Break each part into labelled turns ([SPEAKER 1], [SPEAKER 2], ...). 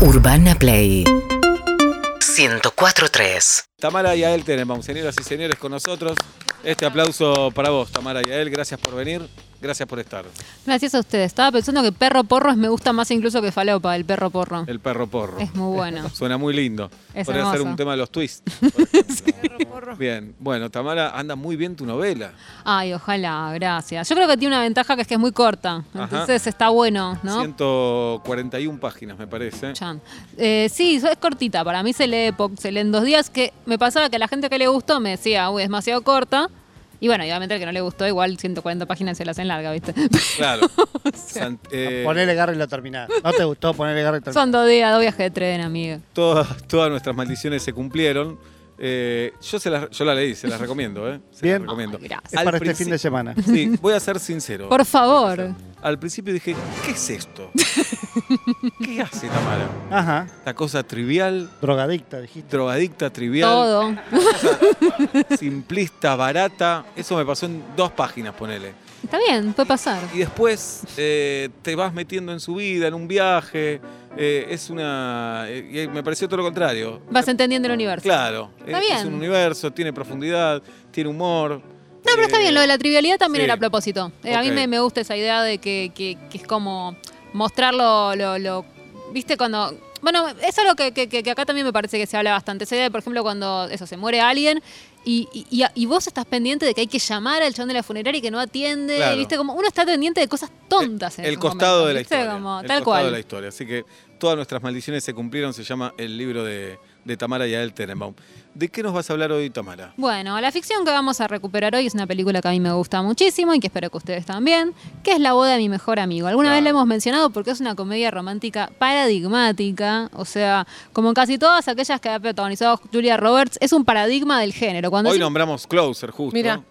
[SPEAKER 1] Urbana Play 104.3
[SPEAKER 2] Tamara y Ael tenemos, señoras y señores, con nosotros. Este aplauso para vos, Tamara y Ael. Gracias por venir, gracias por estar.
[SPEAKER 3] Gracias a ustedes. Estaba pensando que perro porro es- me gusta más incluso que falopa, el perro porro.
[SPEAKER 2] El perro porro.
[SPEAKER 3] Es muy bueno.
[SPEAKER 2] Suena muy lindo.
[SPEAKER 3] Es
[SPEAKER 2] Podría
[SPEAKER 3] hermoso.
[SPEAKER 2] ser un tema de los twists. Bien, bueno, Tamara, anda muy bien tu novela.
[SPEAKER 3] Ay, ojalá, gracias. Yo creo que tiene una ventaja que es que es muy corta.
[SPEAKER 2] Ajá.
[SPEAKER 3] Entonces está bueno, ¿no?
[SPEAKER 2] 141 páginas, me parece.
[SPEAKER 3] Chan. Eh, sí, es cortita. Para mí se lee, po- se lee en dos días. Que me pasaba que la gente que le gustó me decía, uy, es demasiado corta. Y bueno, y obviamente el que no le gustó, igual 140 páginas se las hacen larga, ¿viste?
[SPEAKER 2] Claro. Sant- eh,
[SPEAKER 4] Ponele garra y lo terminás. ¿No te gustó ponerle garra y terminás?
[SPEAKER 3] Son dos días, dos viajes de tren, amigo.
[SPEAKER 2] todas, todas nuestras maldiciones se cumplieron. Eh, yo, se las, yo la leí, se las recomiendo, ¿eh? Se
[SPEAKER 4] Bien.
[SPEAKER 2] las recomiendo.
[SPEAKER 3] Ay, gracias.
[SPEAKER 4] Es
[SPEAKER 2] Al
[SPEAKER 4] para este
[SPEAKER 2] princi-
[SPEAKER 4] fin de semana.
[SPEAKER 2] Sí, voy a ser sincero.
[SPEAKER 3] Por favor.
[SPEAKER 2] Al principio dije, ¿qué es esto? ¿Qué hace Tamara?
[SPEAKER 4] Ajá.
[SPEAKER 2] Esta cosa trivial,
[SPEAKER 4] Drogadicta, dijiste.
[SPEAKER 2] drogadicta, trivial,
[SPEAKER 3] Todo.
[SPEAKER 2] simplista, barata. Eso me pasó en dos páginas, ponele.
[SPEAKER 3] Está bien, puede pasar.
[SPEAKER 2] Y después eh, te vas metiendo en su vida, en un viaje. eh, es una. eh, y me pareció todo lo contrario.
[SPEAKER 3] Vas entendiendo el universo.
[SPEAKER 2] Claro.
[SPEAKER 3] Está
[SPEAKER 2] eh, Es
[SPEAKER 3] bien.
[SPEAKER 2] un universo, tiene profundidad, tiene humor.
[SPEAKER 3] No, pero está bien, lo de la trivialidad también
[SPEAKER 2] Eh, sí.
[SPEAKER 3] era a propósito. Eh, A mí
[SPEAKER 2] Ok.
[SPEAKER 3] me, me gusta esa idea de que, que- que es como mostrar lo, lo- lo- ¿Viste? Cuando... Bueno, es algo que, que- que- que acá también me parece que se habla bastante. Esa idea, de, por ejemplo, cuando eso, se muere alguien y, y- y a- y vos estás pendiente de que hay que llamar al chabón de la funeraria y que no atiende.
[SPEAKER 2] Claro.
[SPEAKER 3] ¿Viste? Como uno está pendiente de cosas tontas. en
[SPEAKER 2] El
[SPEAKER 3] esos
[SPEAKER 2] costado
[SPEAKER 3] momentos,
[SPEAKER 2] de la
[SPEAKER 3] ¿viste?
[SPEAKER 2] historia.
[SPEAKER 3] Como,
[SPEAKER 2] el costado
[SPEAKER 3] tal cual.
[SPEAKER 2] de la historia. Así que todas nuestras maldiciones se cumplieron, se llama el libro de, de Tamara y Adel Tenenbaum. ¿De qué nos vas a hablar hoy, Tamara?
[SPEAKER 3] Bueno, la ficción que vamos a recuperar hoy es una película que a mí me gusta muchísimo y que espero que ustedes también, que es La boda de mi mejor amigo. Alguna
[SPEAKER 2] Claro.
[SPEAKER 3] vez la hemos mencionado porque es una comedia romántica paradigmática, o sea, como casi todas aquellas que ha protagonizado Julia Roberts, es un paradigma del género. Cuando
[SPEAKER 2] Hoy
[SPEAKER 3] decimos-
[SPEAKER 2] nombramos Closer, justo.
[SPEAKER 5] Mirá.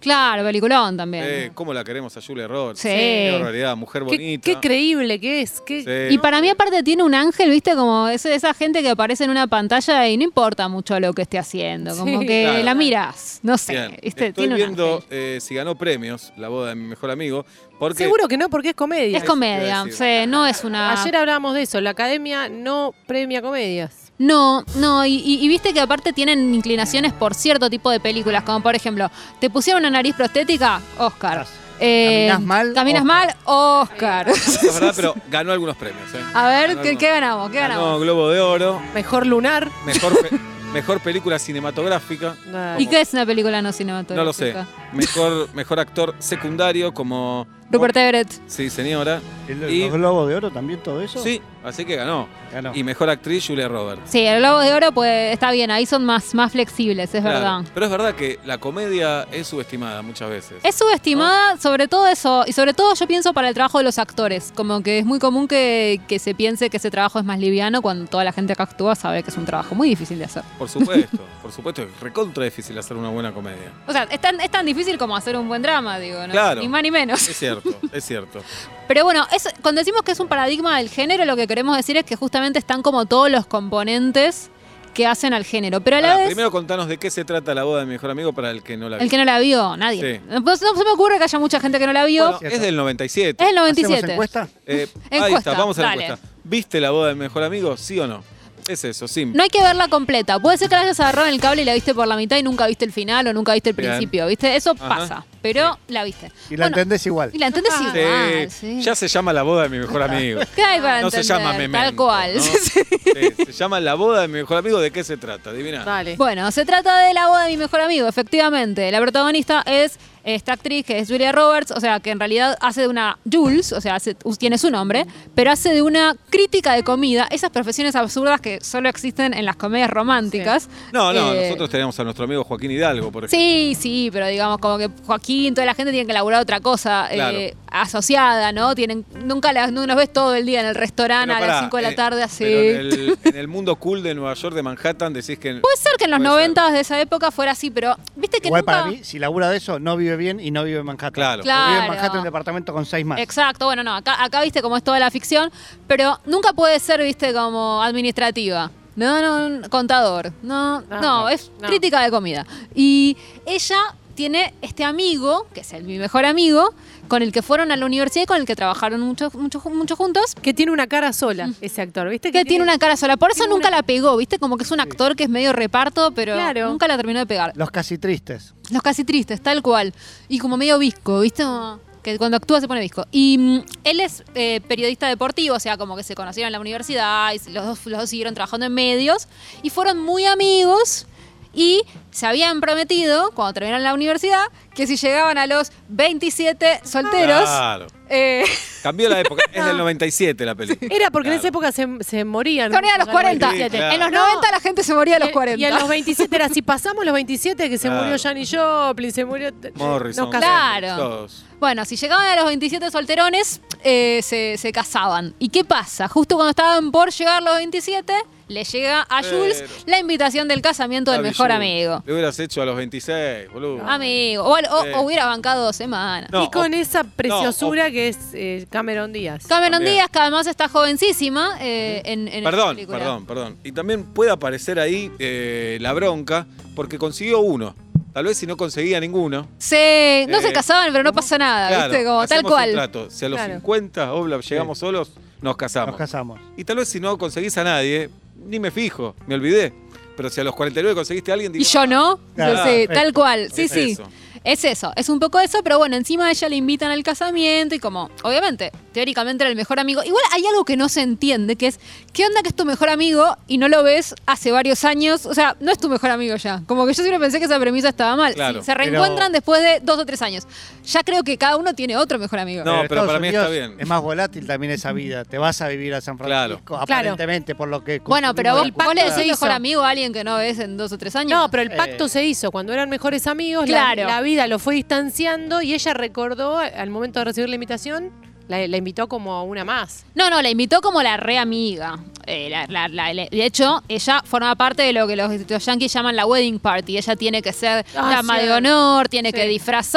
[SPEAKER 3] Claro, peliculón también.
[SPEAKER 2] Eh, ¿Cómo la queremos a Julia Roberts?
[SPEAKER 3] Sí.
[SPEAKER 2] Qué barbaridad, mujer
[SPEAKER 5] Qué,
[SPEAKER 2] bonita.
[SPEAKER 5] qué creíble que es. Qué,
[SPEAKER 2] Sí.
[SPEAKER 3] Y para mí aparte tiene un ángel, viste, como es esa gente que aparece en una pantalla y no importa mucho lo que esté haciendo, como
[SPEAKER 5] Sí.
[SPEAKER 3] que
[SPEAKER 2] Claro.
[SPEAKER 3] la miras, no sé,
[SPEAKER 2] Bien,
[SPEAKER 3] viste,
[SPEAKER 2] Estoy
[SPEAKER 3] tiene un
[SPEAKER 2] viendo
[SPEAKER 3] ángel.
[SPEAKER 2] eh, si ganó premios la boda de mi mejor amigo. Porque
[SPEAKER 5] Seguro que no, porque es comedia.
[SPEAKER 3] Es Ah. comedia,
[SPEAKER 2] decir.
[SPEAKER 3] sí, no es una...
[SPEAKER 5] Ayer hablábamos de eso, la academia no premia comedias.
[SPEAKER 3] No, no, y, y- y viste que aparte tienen inclinaciones por cierto tipo de películas, como por ejemplo, te pusieron una nariz prostética, Oscar.
[SPEAKER 4] Estás-
[SPEAKER 3] Eh,
[SPEAKER 4] Caminás mal,
[SPEAKER 3] Caminas mal, Oscar.
[SPEAKER 2] es verdad, pero ganó algunos premios. eh.
[SPEAKER 3] A ver,
[SPEAKER 2] Ganó
[SPEAKER 3] ¿qué,
[SPEAKER 2] algunos-
[SPEAKER 3] qué ganamos? ¿Qué
[SPEAKER 2] Ganó
[SPEAKER 3] ganamos?
[SPEAKER 2] Globo de Oro,
[SPEAKER 5] Mejor lunar.
[SPEAKER 2] mejor, pe- mejor película cinematográfica.
[SPEAKER 3] ¿Y
[SPEAKER 2] como-
[SPEAKER 3] qué es una película no cinematográfica?
[SPEAKER 2] No lo sé. Mejor, mejor actor secundario como.
[SPEAKER 3] Rupert Everett.
[SPEAKER 2] Sí, señora.
[SPEAKER 4] ¿El- ¿Los
[SPEAKER 2] Y-
[SPEAKER 4] globos de oro también todo eso?
[SPEAKER 2] Sí, así que ganó.
[SPEAKER 4] Ganó.
[SPEAKER 2] Y mejor actriz Julia Roberts.
[SPEAKER 3] Sí, el Globo de Oro, pues está bien, ahí son más, más flexibles, es
[SPEAKER 2] Claro.
[SPEAKER 3] verdad.
[SPEAKER 2] Pero es verdad que la comedia es subestimada muchas veces.
[SPEAKER 3] Es subestimada, sobre todo eso, y sobre todo yo pienso para el trabajo de los actores, como que es muy común que, que se piense que ese trabajo es más liviano cuando toda la gente que actúa sabe que es un trabajo muy difícil de hacer.
[SPEAKER 2] Por supuesto, por supuesto, es recontra difícil hacer una buena comedia.
[SPEAKER 3] O sea, es tan, es tan difícil como hacer un buen drama, digo, ¿no?
[SPEAKER 2] Claro.
[SPEAKER 3] Ni más ni menos.
[SPEAKER 2] Es cierto, es cierto.
[SPEAKER 3] Pero bueno, es, cuando decimos que es un paradigma del género, lo que queremos decir es que justamente están como todos los componentes que hacen al género. Pero a la
[SPEAKER 2] Ahora,
[SPEAKER 3] vez,
[SPEAKER 2] primero contanos de qué se trata la boda de mi mejor amigo para el que no la vio.
[SPEAKER 3] el que no la vio, nadie.
[SPEAKER 2] Sí.
[SPEAKER 3] No, pues, no se me ocurre que haya mucha gente que no la vio.
[SPEAKER 2] Bueno, es del 97.
[SPEAKER 3] es el
[SPEAKER 4] ¿Hacemos
[SPEAKER 3] 97.
[SPEAKER 4] encuesta?
[SPEAKER 2] Eh, ahí
[SPEAKER 3] Encuesta,
[SPEAKER 2] está, vamos a la
[SPEAKER 3] dale.
[SPEAKER 2] encuesta. ¿Viste la boda de mi mejor amigo? ¿Sí o no? Es eso, simple.
[SPEAKER 3] No hay que verla completa. Puede ser que la hayas agarrado en el cable y la viste por la mitad y nunca viste el final o nunca viste el
[SPEAKER 2] Bien.
[SPEAKER 3] principio, ¿viste? Eso
[SPEAKER 2] Ajá.
[SPEAKER 3] pasa, pero la viste.
[SPEAKER 4] Y la
[SPEAKER 3] Bueno,
[SPEAKER 4] entendés igual.
[SPEAKER 3] Y la entendés
[SPEAKER 5] Sí,
[SPEAKER 3] Ah, igual,
[SPEAKER 2] Sí,
[SPEAKER 3] sí.
[SPEAKER 2] Ya se llama la boda de mi mejor amigo.
[SPEAKER 3] ¿Qué hay para
[SPEAKER 2] No se llama
[SPEAKER 3] entender?
[SPEAKER 2] Memento,
[SPEAKER 3] Tal cual.
[SPEAKER 2] ¿no?
[SPEAKER 3] Sí, sí.
[SPEAKER 2] Sí, se llama la boda de mi mejor amigo. ¿De qué se trata? Adivina.
[SPEAKER 5] Dale.
[SPEAKER 3] Bueno, se trata de la boda de mi mejor amigo, efectivamente. La protagonista es esta actriz que es Julia Roberts, o sea, que en realidad hace de una Jules, o sea, hace- tiene su nombre, pero hace de una crítica de comida, esas profesiones absurdas que solo existen en las comedias románticas.
[SPEAKER 2] No, no,
[SPEAKER 3] Eh,
[SPEAKER 2] nosotros tenemos a nuestro amigo Joaquín Hidalgo, por ejemplo.
[SPEAKER 3] Sí, sí, pero digamos como que Joaquín, toda la gente tiene que laburar otra cosa
[SPEAKER 2] Claro.
[SPEAKER 3] eh, asociada, ¿no? Tienen, nunca las, no los ves todo el día en el restaurante
[SPEAKER 2] Pero
[SPEAKER 3] a
[SPEAKER 2] pará,
[SPEAKER 3] las 5 de
[SPEAKER 2] eh,
[SPEAKER 3] la tarde así.
[SPEAKER 2] pero En el, en el mundo cool de Nueva York, de Manhattan, decís que.
[SPEAKER 3] Puede ser que en los
[SPEAKER 2] Puede ser.
[SPEAKER 3] 90 de esa época fuera así, pero viste que
[SPEAKER 4] Igual
[SPEAKER 3] nunca...
[SPEAKER 4] para mí, si labura de eso, no vive bien y no vive en Manhattan.
[SPEAKER 2] Claro.
[SPEAKER 3] Claro.
[SPEAKER 4] Vive en Manhattan en un departamento con seis más.
[SPEAKER 3] Exacto, bueno, no, acá, acá viste como es toda la ficción, pero nunca puede ser, viste, como administrativa. No, no, no, contador. No, no,
[SPEAKER 5] No,
[SPEAKER 3] es
[SPEAKER 5] no.
[SPEAKER 3] crítica de comida. Y ella tiene este amigo, que es el- mi mejor amigo, con el que fueron a la universidad y con el que trabajaron mucho, mucho, mucho juntos,
[SPEAKER 5] Que tiene una cara sola ese actor, ¿viste?
[SPEAKER 3] Mm. que tiene una cara sola. Por eso
[SPEAKER 5] tiene
[SPEAKER 3] nunca
[SPEAKER 5] una-
[SPEAKER 3] la pegó, ¿viste? Como que es un actor que es medio reparto, pero
[SPEAKER 5] Claro.
[SPEAKER 3] nunca la terminó de pegar.
[SPEAKER 4] Los casi tristes.
[SPEAKER 3] Los casi tristes, tal cual. Y como medio visco, ¿viste? Como Que cuando actúa se pone visco. Y mm, él es eh, periodista deportivo, o sea, como que se conocieron en la universidad, y los dos, los dos siguieron trabajando en medios, y fueron muy amigos. Y se habían prometido, cuando terminaron la universidad, que si llegaban a los 27 solteros,
[SPEAKER 2] Claro.
[SPEAKER 3] eh,
[SPEAKER 2] Cambió la época. Es del 97 la película.
[SPEAKER 5] Era porque en
[SPEAKER 2] Claro.
[SPEAKER 5] esa época se, se morían.
[SPEAKER 3] morían a los 40.
[SPEAKER 2] Sí, claro.
[SPEAKER 3] En los
[SPEAKER 5] No.
[SPEAKER 3] 90 la gente se moría a los
[SPEAKER 5] Y-
[SPEAKER 3] 40.
[SPEAKER 5] Eh, Y a los 27 era si pasamos los 27 que se
[SPEAKER 2] Claro.
[SPEAKER 5] murió Johnny Joplin, se murió
[SPEAKER 2] Morrison.
[SPEAKER 5] nos casamos.
[SPEAKER 3] Claro.
[SPEAKER 2] Todos.
[SPEAKER 3] Bueno, si llegaban a los 27 solterones, eh, se, se casaban. ¿Y qué pasa? Justo cuando estaban por llegar los 27, le llega a
[SPEAKER 2] Pero-
[SPEAKER 3] Jules la invitación del casamiento del
[SPEAKER 2] Abby
[SPEAKER 3] mejor
[SPEAKER 2] Jules.
[SPEAKER 3] amigo.
[SPEAKER 2] Lo hubieras hecho a los 26, boludo.
[SPEAKER 3] Amigo. O, al- o-
[SPEAKER 2] Sí.
[SPEAKER 3] o hubiera bancado dos semanas.
[SPEAKER 2] No,
[SPEAKER 5] y con
[SPEAKER 2] o-
[SPEAKER 5] esa preciosura que es eh, Cameron Díaz.
[SPEAKER 3] Cameron
[SPEAKER 2] también.
[SPEAKER 3] Díaz, que además está jovencísima eh, en, en esta
[SPEAKER 2] Perdón,
[SPEAKER 3] película.
[SPEAKER 2] perdón, perdón. Y también puede aparecer ahí eh, la bronca, porque consiguió uno. Tal vez si no conseguía ninguno.
[SPEAKER 3] Se- no se
[SPEAKER 2] Eh,
[SPEAKER 3] casaban, pero no pasa nada,
[SPEAKER 2] claro,
[SPEAKER 3] Ah, ¿viste? Como tal
[SPEAKER 2] hacemos un
[SPEAKER 3] cual.
[SPEAKER 2] trato. Si a los
[SPEAKER 5] Claro.
[SPEAKER 2] 50, obla, llegamos solos, nos casamos.
[SPEAKER 4] Nos casamos.
[SPEAKER 2] Y tal vez si no conseguís a nadie, ni me fijo, me olvidé. Pero si a los 49 conseguiste a alguien,
[SPEAKER 3] Y
[SPEAKER 2] digo,
[SPEAKER 3] yo no.
[SPEAKER 4] Claro,
[SPEAKER 3] sí,
[SPEAKER 4] perfecto.
[SPEAKER 3] tal cual. Sí,
[SPEAKER 2] es
[SPEAKER 3] sí.
[SPEAKER 2] eso.
[SPEAKER 3] Es eso, es un poco eso, pero bueno, encima a ella le invitan al casamiento y como, obviamente, teóricamente era el mejor amigo. Igual hay algo que no se entiende, que es, ¿qué onda que es tu mejor amigo y no lo ves hace varios años? O sea, no es tu mejor amigo ya. Como que yo siempre pensé que esa premisa estaba mal.
[SPEAKER 2] Claro,
[SPEAKER 3] Sí, se reencuentran
[SPEAKER 4] pero-
[SPEAKER 3] después de dos o tres años. Ya creo que cada uno tiene otro mejor amigo.
[SPEAKER 2] No, pero
[SPEAKER 4] Estados
[SPEAKER 2] para mí está
[SPEAKER 4] Unidos
[SPEAKER 2] bien.
[SPEAKER 4] Es más volátil también esa vida. Te vas a vivir a San Francisco, aparentemente, por lo que.
[SPEAKER 3] bueno, pero vos,
[SPEAKER 4] consumimos
[SPEAKER 3] vos
[SPEAKER 5] pacto
[SPEAKER 3] le
[SPEAKER 5] se
[SPEAKER 3] decís
[SPEAKER 5] hizo.
[SPEAKER 3] mejor amigo a alguien que no ves en dos o tres años.
[SPEAKER 5] No, pero el pacto
[SPEAKER 4] Eh.
[SPEAKER 5] se hizo. Cuando eran mejores amigos, la-
[SPEAKER 3] Claro.
[SPEAKER 5] la, vida lo fue distanciando y ella recordó al momento de recibir la invitación, la, la invitó como a una más.
[SPEAKER 3] No, no, la invitó como la re amiga. Eh, la- la- la- la- de hecho, ella forma parte de lo que los, los yankees llaman la wedding party. Ella tiene que ser
[SPEAKER 5] Ah,
[SPEAKER 3] dama de
[SPEAKER 5] cierto.
[SPEAKER 3] honor, tiene que
[SPEAKER 5] Sí.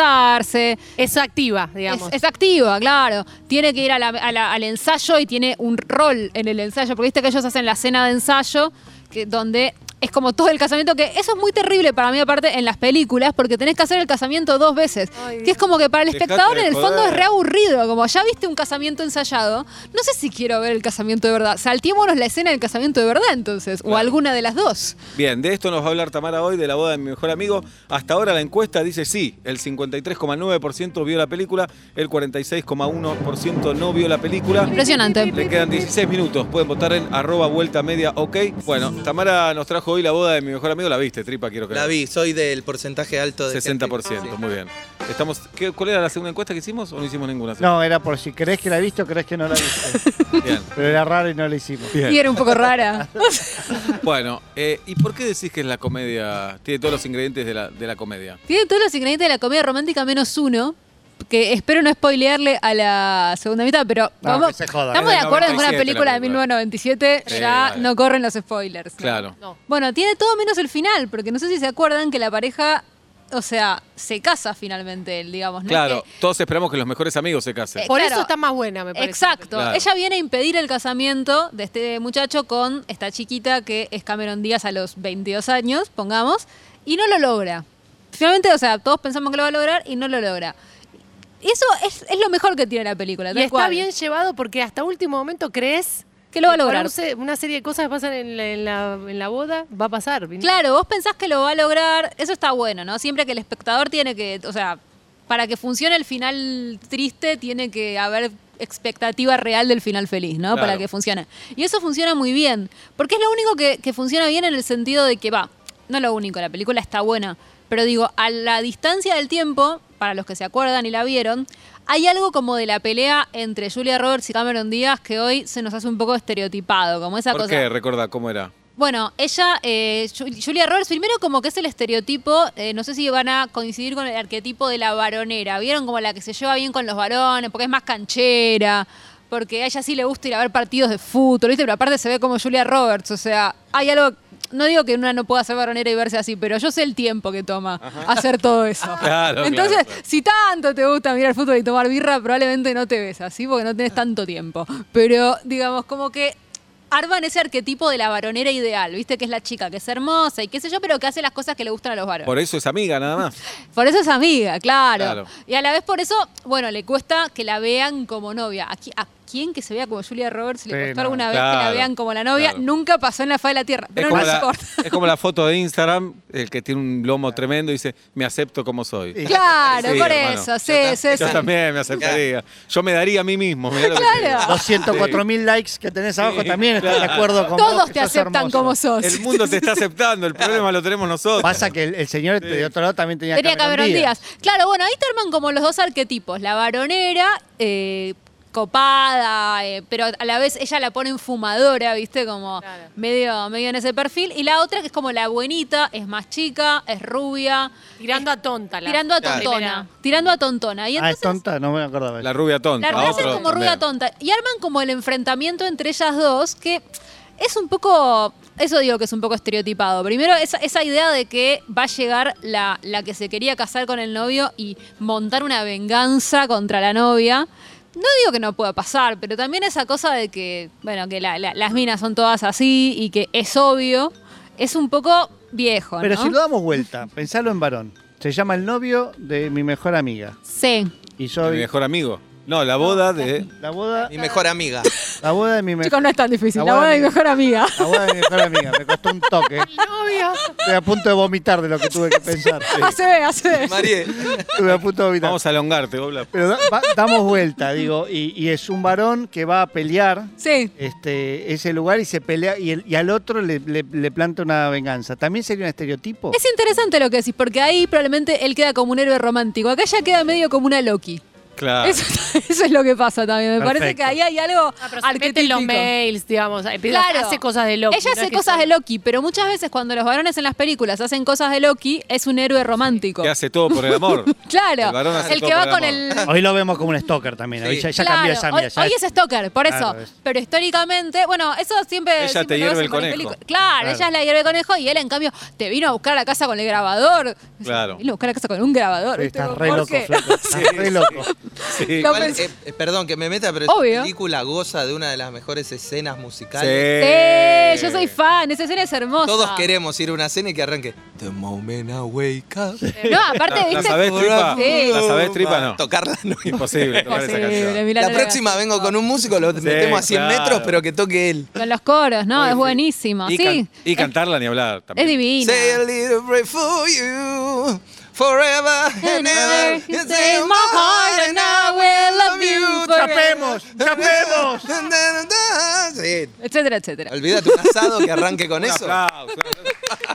[SPEAKER 3] disfrazarse.
[SPEAKER 5] Es activa,
[SPEAKER 3] Es,
[SPEAKER 5] digamos.
[SPEAKER 3] es activa, claro. Tiene que ir a la- a la- al ensayo y tiene un rol en el ensayo. Porque viste que ellos hacen la cena de ensayo, que, donde es como todo el casamiento, que eso es muy terrible para mí, aparte, en las películas, porque tenés que hacer el casamiento dos veces.
[SPEAKER 5] Ay,
[SPEAKER 3] que es
[SPEAKER 5] Dios.
[SPEAKER 3] como que para el
[SPEAKER 2] Dejate
[SPEAKER 3] espectador,
[SPEAKER 2] de
[SPEAKER 3] en el fondo, es
[SPEAKER 2] joder.
[SPEAKER 3] re aburrido. Como ya viste un casamiento ensayado, no sé si quiero ver el casamiento de verdad. Saltémonos la escena del casamiento de verdad, entonces, o
[SPEAKER 2] Claro.
[SPEAKER 3] alguna de las dos.
[SPEAKER 2] Bien, de esto nos va a hablar Tamara hoy, de la boda de mi mejor amigo. Hasta ahora la encuesta dice sí, el 53,9% vio la película, el 46,1% no vio la película.
[SPEAKER 3] Impresionante.
[SPEAKER 2] Le quedan 16 minutos, pueden votar en arroba vuelta media, ok. Bueno, Tamara nos trajo hoy la boda de mi mejor amigo, la viste, tripa, quiero que
[SPEAKER 1] La vi, soy del porcentaje alto de. gente.
[SPEAKER 2] 60%, muy bien. Estamos, ¿qué- ¿Cuál era la segunda encuesta que hicimos o no hicimos ninguna?
[SPEAKER 4] No, era por si crees que la viste o crees que no la viste.
[SPEAKER 2] Bien.
[SPEAKER 4] pero era raro y no la hicimos.
[SPEAKER 3] Y era un poco rara.
[SPEAKER 2] Bueno, eh, ¿y por qué decís que es la comedia? Tiene todos los ingredientes de la, de la comedia.
[SPEAKER 3] Tiene todos los ingredientes de la comedia romántica menos uno. Que espero no spoilearle a la segunda mitad, pero
[SPEAKER 4] No,
[SPEAKER 3] vamos-
[SPEAKER 4] que se joda.
[SPEAKER 3] estamos de
[SPEAKER 2] Es del
[SPEAKER 3] acuerdo en que una
[SPEAKER 2] 97 la
[SPEAKER 3] película de
[SPEAKER 2] película.
[SPEAKER 3] 1997
[SPEAKER 2] Sí,
[SPEAKER 3] ya
[SPEAKER 2] vale.
[SPEAKER 3] no corren los spoilers.
[SPEAKER 2] Claro.
[SPEAKER 5] No.
[SPEAKER 3] Bueno, tiene todo menos el final, porque no sé si se acuerdan que la pareja, o sea, se casa finalmente él, digamos. ¿no? Eh,
[SPEAKER 2] Claro,
[SPEAKER 3] Que-
[SPEAKER 2] todos esperamos que los mejores amigos se casen.
[SPEAKER 3] Eh,
[SPEAKER 5] Por
[SPEAKER 3] claro.
[SPEAKER 5] eso está más buena, me parece.
[SPEAKER 3] Exacto.
[SPEAKER 2] Claro.
[SPEAKER 3] Ella viene a impedir el casamiento de este muchacho con esta chiquita que es Cameron Díaz a los 22 años, pongamos, y no lo logra. Finalmente, o sea, todos pensamos que lo va a lograr y no lo logra. Eso es, es lo mejor que tiene la película.
[SPEAKER 5] Y
[SPEAKER 3] tal
[SPEAKER 5] está
[SPEAKER 3] cual.
[SPEAKER 5] bien llevado porque hasta último momento crees
[SPEAKER 3] que lo va a
[SPEAKER 5] por
[SPEAKER 3] lograr.
[SPEAKER 5] un se- Una serie de cosas que pasan en la, en la- en la boda, va a pasar. ¿viste?
[SPEAKER 3] Claro, vos pensás que lo va a lograr, eso está bueno, ¿no? Siempre que el espectador tiene que, o sea, para que funcione el final triste tiene que haber expectativa real del final feliz, ¿no?
[SPEAKER 2] Claro.
[SPEAKER 3] Para que funcione. Y eso funciona muy bien, porque es lo único que, que funciona bien en el sentido de que va, no lo único, la película está buena, pero digo, a la distancia del tiempo, para los que se acuerdan y la vieron, hay algo como de la pelea entre Julia Roberts y Cameron Díaz que hoy se nos hace un poco estereotipado, como esa
[SPEAKER 2] ¿Por
[SPEAKER 3] cosa.
[SPEAKER 2] qué? Recuerda, ¿cómo era?
[SPEAKER 3] Bueno, ella, eh, Ju- Julia Roberts, primero como que es el estereotipo, eh, no sé si van a coincidir con el arquetipo de la varonera, ¿vieron? Como la que se lleva bien con los varones, porque es más canchera, porque a ella sí le gusta ir a ver partidos de fútbol, ¿viste? Pero aparte se ve como Julia Roberts, o sea, hay algo, no digo que una no pueda ser varonera y verse así, pero yo sé el tiempo que toma hacer todo eso.
[SPEAKER 2] Claro,
[SPEAKER 3] Entonces,
[SPEAKER 2] claro, claro.
[SPEAKER 3] si tanto te gusta mirar fútbol y tomar birra, probablemente no te ves así porque no tenés tanto tiempo. Pero, digamos, como que arman ese arquetipo de la varonera ideal, ¿viste? Que es la chica, que es hermosa y qué sé yo, pero que hace las cosas que le gustan a los varones.
[SPEAKER 2] Por eso es amiga, nada más.
[SPEAKER 3] Por eso es amiga, claro.
[SPEAKER 2] Claro.
[SPEAKER 3] Y a la vez por eso, bueno, le cuesta que la vean como novia. ¿A, qui- a quién que se vea como Julia Roberts le
[SPEAKER 4] Sí,
[SPEAKER 3] costó
[SPEAKER 4] no.
[SPEAKER 3] alguna vez que la
[SPEAKER 2] Claro,
[SPEAKER 3] vean como la novia?
[SPEAKER 2] claro.
[SPEAKER 3] Nunca pasó en la faz de la Tierra. Pero
[SPEAKER 2] es,
[SPEAKER 3] no
[SPEAKER 2] como
[SPEAKER 3] se
[SPEAKER 2] la,
[SPEAKER 3] corta.
[SPEAKER 2] es como la foto de Instagram, el que tiene un lomo tremendo y dice, me acepto como soy.
[SPEAKER 4] Sí.
[SPEAKER 3] Claro,
[SPEAKER 2] Sí,
[SPEAKER 3] por
[SPEAKER 2] hermano.
[SPEAKER 3] eso, sí,
[SPEAKER 1] Yo tam-
[SPEAKER 3] sí, sí.
[SPEAKER 2] Yo también me aceptaría. Yo me daría a mí mismo. mirá lo que te digo.
[SPEAKER 3] Claro.
[SPEAKER 4] Los 104 mil likes que tenés abajo
[SPEAKER 2] Sí,
[SPEAKER 4] también están de acuerdo con vos,
[SPEAKER 3] Todos
[SPEAKER 4] que
[SPEAKER 3] te
[SPEAKER 4] sos
[SPEAKER 3] aceptan
[SPEAKER 4] hermoso.
[SPEAKER 3] como sos.
[SPEAKER 2] El mundo te está aceptando, el problema lo tenemos nosotros.
[SPEAKER 4] Pasa que el, el señor este de otro lado también tenía,
[SPEAKER 3] Tenía
[SPEAKER 4] Cameron
[SPEAKER 3] Cameron Díaz. Claro, bueno, ahí te arman como los dos arquetipos. La varonera, eh, copada, eh, pero a la vez ella la ponen fumadora, ¿viste? Como
[SPEAKER 5] Claro.
[SPEAKER 3] medio, medio en ese perfil. Y la otra que es como la buenita, es más chica, es rubia,
[SPEAKER 5] Tirando a tonta. la-
[SPEAKER 3] tirando a
[SPEAKER 5] la
[SPEAKER 1] Claro.
[SPEAKER 3] tontona. Tirando a tontona. Y
[SPEAKER 4] Ah, es
[SPEAKER 3] entonces
[SPEAKER 4] tonta, no me acordaba.
[SPEAKER 2] La rubia tonta.
[SPEAKER 3] la verdad
[SPEAKER 2] otro
[SPEAKER 3] hacen como rubia
[SPEAKER 2] también.
[SPEAKER 3] tonta. Y arman como el enfrentamiento entre ellas dos, que es un poco. Eso digo que es un poco estereotipado. Primero, esa, esa idea de que va a llegar la, la que se quería casar con el novio y montar una venganza contra la novia. No digo que no pueda pasar, pero también esa cosa de que, bueno, que la- la- las minas son todas así y que es obvio, es un poco viejo,
[SPEAKER 4] Pero
[SPEAKER 3] ¿no?
[SPEAKER 4] si lo damos vuelta, pensalo en varón. Se llama el novio de mi mejor amiga.
[SPEAKER 3] Sí.
[SPEAKER 4] Y
[SPEAKER 2] Mi
[SPEAKER 4] soy
[SPEAKER 2] mejor amigo. No, la boda de.
[SPEAKER 4] la
[SPEAKER 3] Ah,
[SPEAKER 4] boda,
[SPEAKER 1] Mi mejor amiga.
[SPEAKER 4] la boda de mi mejor
[SPEAKER 3] Chicos, no es tan difícil. La
[SPEAKER 4] Abuela
[SPEAKER 3] boda de mi
[SPEAKER 4] amiga.
[SPEAKER 3] mejor amiga.
[SPEAKER 4] La boda de mi mejor amiga, me costó un toque.
[SPEAKER 5] Novio.
[SPEAKER 3] Ah,
[SPEAKER 4] Estuve a punto de vomitar de lo que tuve que pensar.
[SPEAKER 3] Hace ve, hace ve.
[SPEAKER 1] Marie.
[SPEAKER 4] Estuve a punto de vomitar.
[SPEAKER 2] Vamos a alongarte, Obla.
[SPEAKER 4] Pero da- va- damos vuelta, digo, y, y es un varón que va a pelear
[SPEAKER 3] Sí.
[SPEAKER 4] este, ese lugar y se pelea, y, el- y al otro le, le- le planta una venganza. ¿También sería un estereotipo?
[SPEAKER 3] Es interesante lo que decís, porque ahí probablemente él queda como un héroe romántico. Acá ya queda medio como una Loki.
[SPEAKER 2] Claro.
[SPEAKER 3] Eso, eso es lo que pasa también. Me parece que
[SPEAKER 4] Perfecto.
[SPEAKER 3] ahí hay algo
[SPEAKER 5] Ah, pero se mete en
[SPEAKER 3] arquetípico.
[SPEAKER 5] los mails, digamos. Empieza-
[SPEAKER 3] Claro.
[SPEAKER 5] Hace cosas de loco.
[SPEAKER 3] Ella hace cosas de Loki, pero muchas veces cuando los varones en las películas hacen cosas de Loki, es un héroe romántico.
[SPEAKER 2] Que hace todo por el amor.
[SPEAKER 3] Claro.
[SPEAKER 2] El varón hace todo
[SPEAKER 3] que va
[SPEAKER 2] por el
[SPEAKER 3] con
[SPEAKER 2] amor.
[SPEAKER 3] el.
[SPEAKER 4] Hoy lo vemos como un stalker también. Hoy
[SPEAKER 1] Sí.
[SPEAKER 4] ya, ya
[SPEAKER 3] Claro,
[SPEAKER 4] cambió esa mira,
[SPEAKER 3] hoy,
[SPEAKER 4] ya
[SPEAKER 3] hoy es stalker, por eso.
[SPEAKER 4] Claro, es-
[SPEAKER 3] Pero históricamente, bueno, eso siempre.
[SPEAKER 2] Ella
[SPEAKER 3] siempre
[SPEAKER 2] te
[SPEAKER 3] lo ves
[SPEAKER 2] hierve
[SPEAKER 3] en
[SPEAKER 2] el
[SPEAKER 3] varias
[SPEAKER 2] conejo.
[SPEAKER 3] películas. Claro,
[SPEAKER 4] Claro.
[SPEAKER 3] ella es la hierve el conejo y él, en cambio, te vino a buscar a la casa con el grabador.
[SPEAKER 2] Claro.
[SPEAKER 3] Vino a buscar a la casa con un grabador.
[SPEAKER 4] Sí,
[SPEAKER 3] ¿viste?
[SPEAKER 4] estás
[SPEAKER 3] ¿Por
[SPEAKER 4] re loco,
[SPEAKER 3] qué?
[SPEAKER 4] Flaco. Estás re loco.
[SPEAKER 2] Sí.
[SPEAKER 3] Lo-
[SPEAKER 1] Igual,
[SPEAKER 3] pensé.
[SPEAKER 1] eh, eh, perdón que me meta, pero
[SPEAKER 3] Obvio.
[SPEAKER 1] la película goza de una de las mejores escenas musicales.
[SPEAKER 2] Eh.
[SPEAKER 3] Sí, yo soy fan, esa escena es hermosa.
[SPEAKER 1] Todos queremos ir a una cena y que arranque. The moment I wake up.
[SPEAKER 3] Eh, No, aparte,
[SPEAKER 2] ¿La, la
[SPEAKER 3] viste.
[SPEAKER 2] sabés tripa?
[SPEAKER 3] Sí.
[SPEAKER 2] ¿La sabés tripa? No.
[SPEAKER 1] Tocarla no.
[SPEAKER 2] Imposible tocar esa
[SPEAKER 3] Imposible,
[SPEAKER 2] canción.
[SPEAKER 3] mirá,
[SPEAKER 1] la
[SPEAKER 3] no
[SPEAKER 1] próxima vengo con un músico, lo metemos a 100
[SPEAKER 2] claro.
[SPEAKER 1] metros, pero que toque él.
[SPEAKER 3] Con los coros, ¿no? es buenísimo.
[SPEAKER 2] Y,
[SPEAKER 3] sí,
[SPEAKER 2] can- y cantarla ni hablar
[SPEAKER 3] es
[SPEAKER 2] también.
[SPEAKER 3] divina.
[SPEAKER 1] Say a little prayer for you. Forever and ever.
[SPEAKER 3] You say my heart and I will love you forever.
[SPEAKER 4] ¡Chapemos! ¡Chapemos!
[SPEAKER 1] Sí.
[SPEAKER 3] Etcétera, etcétera.
[SPEAKER 1] Olvídate un asado que arranque con
[SPEAKER 2] Un
[SPEAKER 1] eso.
[SPEAKER 2] aplauso.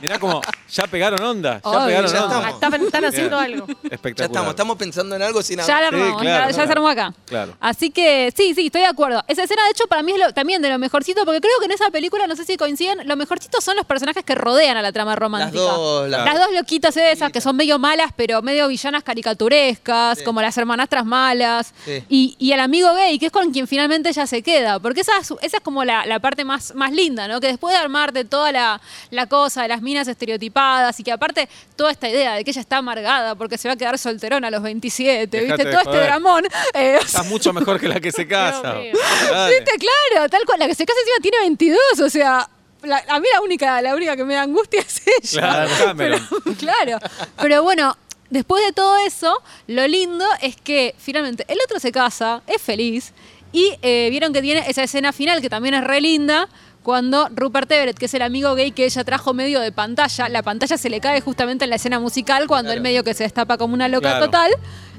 [SPEAKER 2] Mirá como ya pegaron onda. Ya
[SPEAKER 3] Obvio.
[SPEAKER 2] pegaron
[SPEAKER 1] Ya
[SPEAKER 2] onda.
[SPEAKER 1] estamos.
[SPEAKER 5] Estaban, están haciendo
[SPEAKER 2] Bien.
[SPEAKER 5] algo.
[SPEAKER 1] Ya
[SPEAKER 2] Espectacular.
[SPEAKER 1] estamos, estamos pensando en algo sin
[SPEAKER 3] Ya la
[SPEAKER 1] hablar.
[SPEAKER 2] Sí, claro,
[SPEAKER 3] armamos, ya- ya,
[SPEAKER 2] claro.
[SPEAKER 3] se armó acá.
[SPEAKER 2] Claro.
[SPEAKER 3] Así que sí, sí, estoy de acuerdo. Esa escena, de hecho, para mí es lo- también de lo mejorcito, porque creo que en esa película, no sé si coinciden, lo mejorcito son los personajes que rodean a la trama
[SPEAKER 1] Las
[SPEAKER 3] romántica.
[SPEAKER 1] dos, las-
[SPEAKER 3] Las dos loquitas esas que son medio malas, pero medio villanas caricaturescas, como las hermanastras malas.
[SPEAKER 1] Sí.
[SPEAKER 3] Y, y el amigo gay, que es con quien finalmente ella se queda. Porque esa es, esa es como la, la parte más, más linda, ¿no? Que después de armarte toda la, la cosa de las minas estereotipadas y que aparte toda esta idea de que ella está amargada porque se va a quedar solterona a los 27,
[SPEAKER 2] Dejate
[SPEAKER 3] ¿viste?
[SPEAKER 2] de
[SPEAKER 3] Todo
[SPEAKER 2] joder.
[SPEAKER 3] este dramón. eh, o sea,
[SPEAKER 2] Estás mucho mejor que la que se casa.
[SPEAKER 5] mío.
[SPEAKER 2] Dale.
[SPEAKER 3] ¿Viste? Claro, tal cual. La que se casa encima tiene 22, o sea. la- a mí la única, la única que me da angustia es ella.
[SPEAKER 2] Claro, Cameron.
[SPEAKER 3] Claro. Pero bueno, después de todo eso, lo lindo es que finalmente el otro se casa, es feliz, y eh, vieron que tiene esa escena final que también es re linda. Cuando Rupert Everett, que es el amigo gay que ella trajo medio de pantalla, la pantalla se le cae justamente en la escena musical cuando el medio que se destapa como una loca
[SPEAKER 2] Claro.
[SPEAKER 3] total.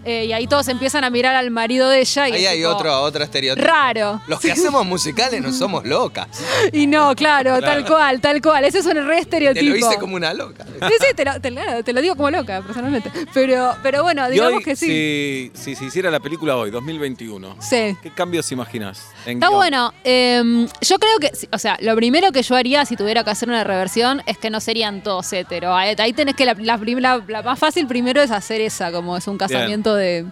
[SPEAKER 3] eh, y ahí todos empiezan a mirar al marido de ella. Y
[SPEAKER 1] Ahí
[SPEAKER 3] es
[SPEAKER 1] hay
[SPEAKER 3] tipo,
[SPEAKER 1] otro, otro estereotipo.
[SPEAKER 3] Raro.
[SPEAKER 1] Los que hacemos musicales no somos locas.
[SPEAKER 3] Y no, claro,
[SPEAKER 2] Claro.
[SPEAKER 3] tal cual, tal cual. Ese es un re
[SPEAKER 1] Te
[SPEAKER 3] estereotipo.
[SPEAKER 1] lo hice como una loca.
[SPEAKER 3] Sí, sí, te lo, te, claro, te lo digo como loca, personalmente. Pero, pero bueno,
[SPEAKER 2] Y
[SPEAKER 3] digamos
[SPEAKER 2] hoy,
[SPEAKER 3] que sí.
[SPEAKER 2] Si, si se hiciera la película hoy, 2021,
[SPEAKER 3] Sí.
[SPEAKER 2] ¿qué cambios imaginas?
[SPEAKER 3] Está bueno. eh, yo creo que, o sea, lo primero que yo haría si tuviera que hacer una reversión es que no serían todos hetero. Ahí ahí tenés que la, la prim- la- la más fácil primero es hacer esa, como es un casamiento de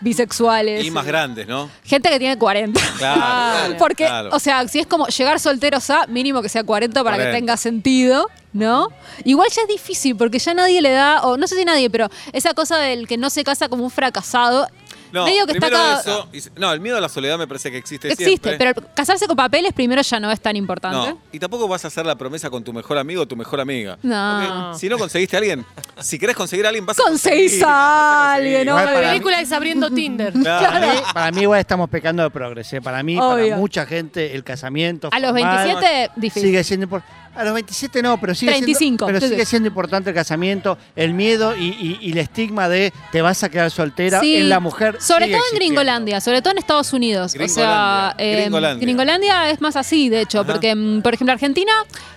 [SPEAKER 3] bisexuales.
[SPEAKER 2] Y más grandes, ¿no?
[SPEAKER 3] Gente que tiene 40.
[SPEAKER 2] Claro.
[SPEAKER 3] Porque,
[SPEAKER 2] claro.
[SPEAKER 3] o sea, si es como llegar solteros a, mínimo que sea 40 para
[SPEAKER 2] 40.
[SPEAKER 3] que tenga sentido, ¿no? Igual ya es difícil porque ya nadie le da, o no sé si nadie, pero esa cosa del que no se casa como un fracasado.
[SPEAKER 2] No,
[SPEAKER 3] Medio que está
[SPEAKER 2] primero
[SPEAKER 3] cada-
[SPEAKER 2] eso, y se- no, el miedo a la soledad me parece que existe,
[SPEAKER 3] Existe,
[SPEAKER 2] siempre.
[SPEAKER 3] pero ¿eh? casarse con papeles primero ya no es tan importante.
[SPEAKER 2] No, y tampoco vas a hacer la promesa con tu mejor amigo o tu mejor amiga.
[SPEAKER 3] No.
[SPEAKER 2] Porque Si no conseguiste a alguien, si querés conseguir a alguien, vas
[SPEAKER 3] Conseguís
[SPEAKER 2] a conseguir.
[SPEAKER 3] a
[SPEAKER 2] vas a conseguir.
[SPEAKER 3] alguien, ¿no?
[SPEAKER 4] Igual
[SPEAKER 5] La
[SPEAKER 4] para mí-
[SPEAKER 5] película es abriendo Tinder.
[SPEAKER 2] Claro.
[SPEAKER 4] Para mí, para mí igual estamos pecando de progreso. Para mí,
[SPEAKER 3] Obvio.
[SPEAKER 4] para mucha gente, el casamiento.
[SPEAKER 3] A los
[SPEAKER 4] formal,
[SPEAKER 3] 27, difícil.
[SPEAKER 4] Sigue siendo impor- A los 27 no, pero sigue,
[SPEAKER 3] 35,
[SPEAKER 4] siendo, pero sigue
[SPEAKER 3] entonces.
[SPEAKER 4] siendo importante el casamiento, el miedo y, y- y el estigma de te vas a quedar soltera
[SPEAKER 3] Sí,
[SPEAKER 4] en la mujer.
[SPEAKER 3] Sobre
[SPEAKER 4] sigue
[SPEAKER 3] todo en
[SPEAKER 4] existiendo.
[SPEAKER 3] Gringolandia, sobre todo en Estados Unidos. o sea,
[SPEAKER 2] Gringolandia,
[SPEAKER 3] eh,
[SPEAKER 2] Gringolandia.
[SPEAKER 3] Gringolandia es más así, de hecho,
[SPEAKER 2] Ajá.
[SPEAKER 3] porque, mm, por ejemplo, Argentina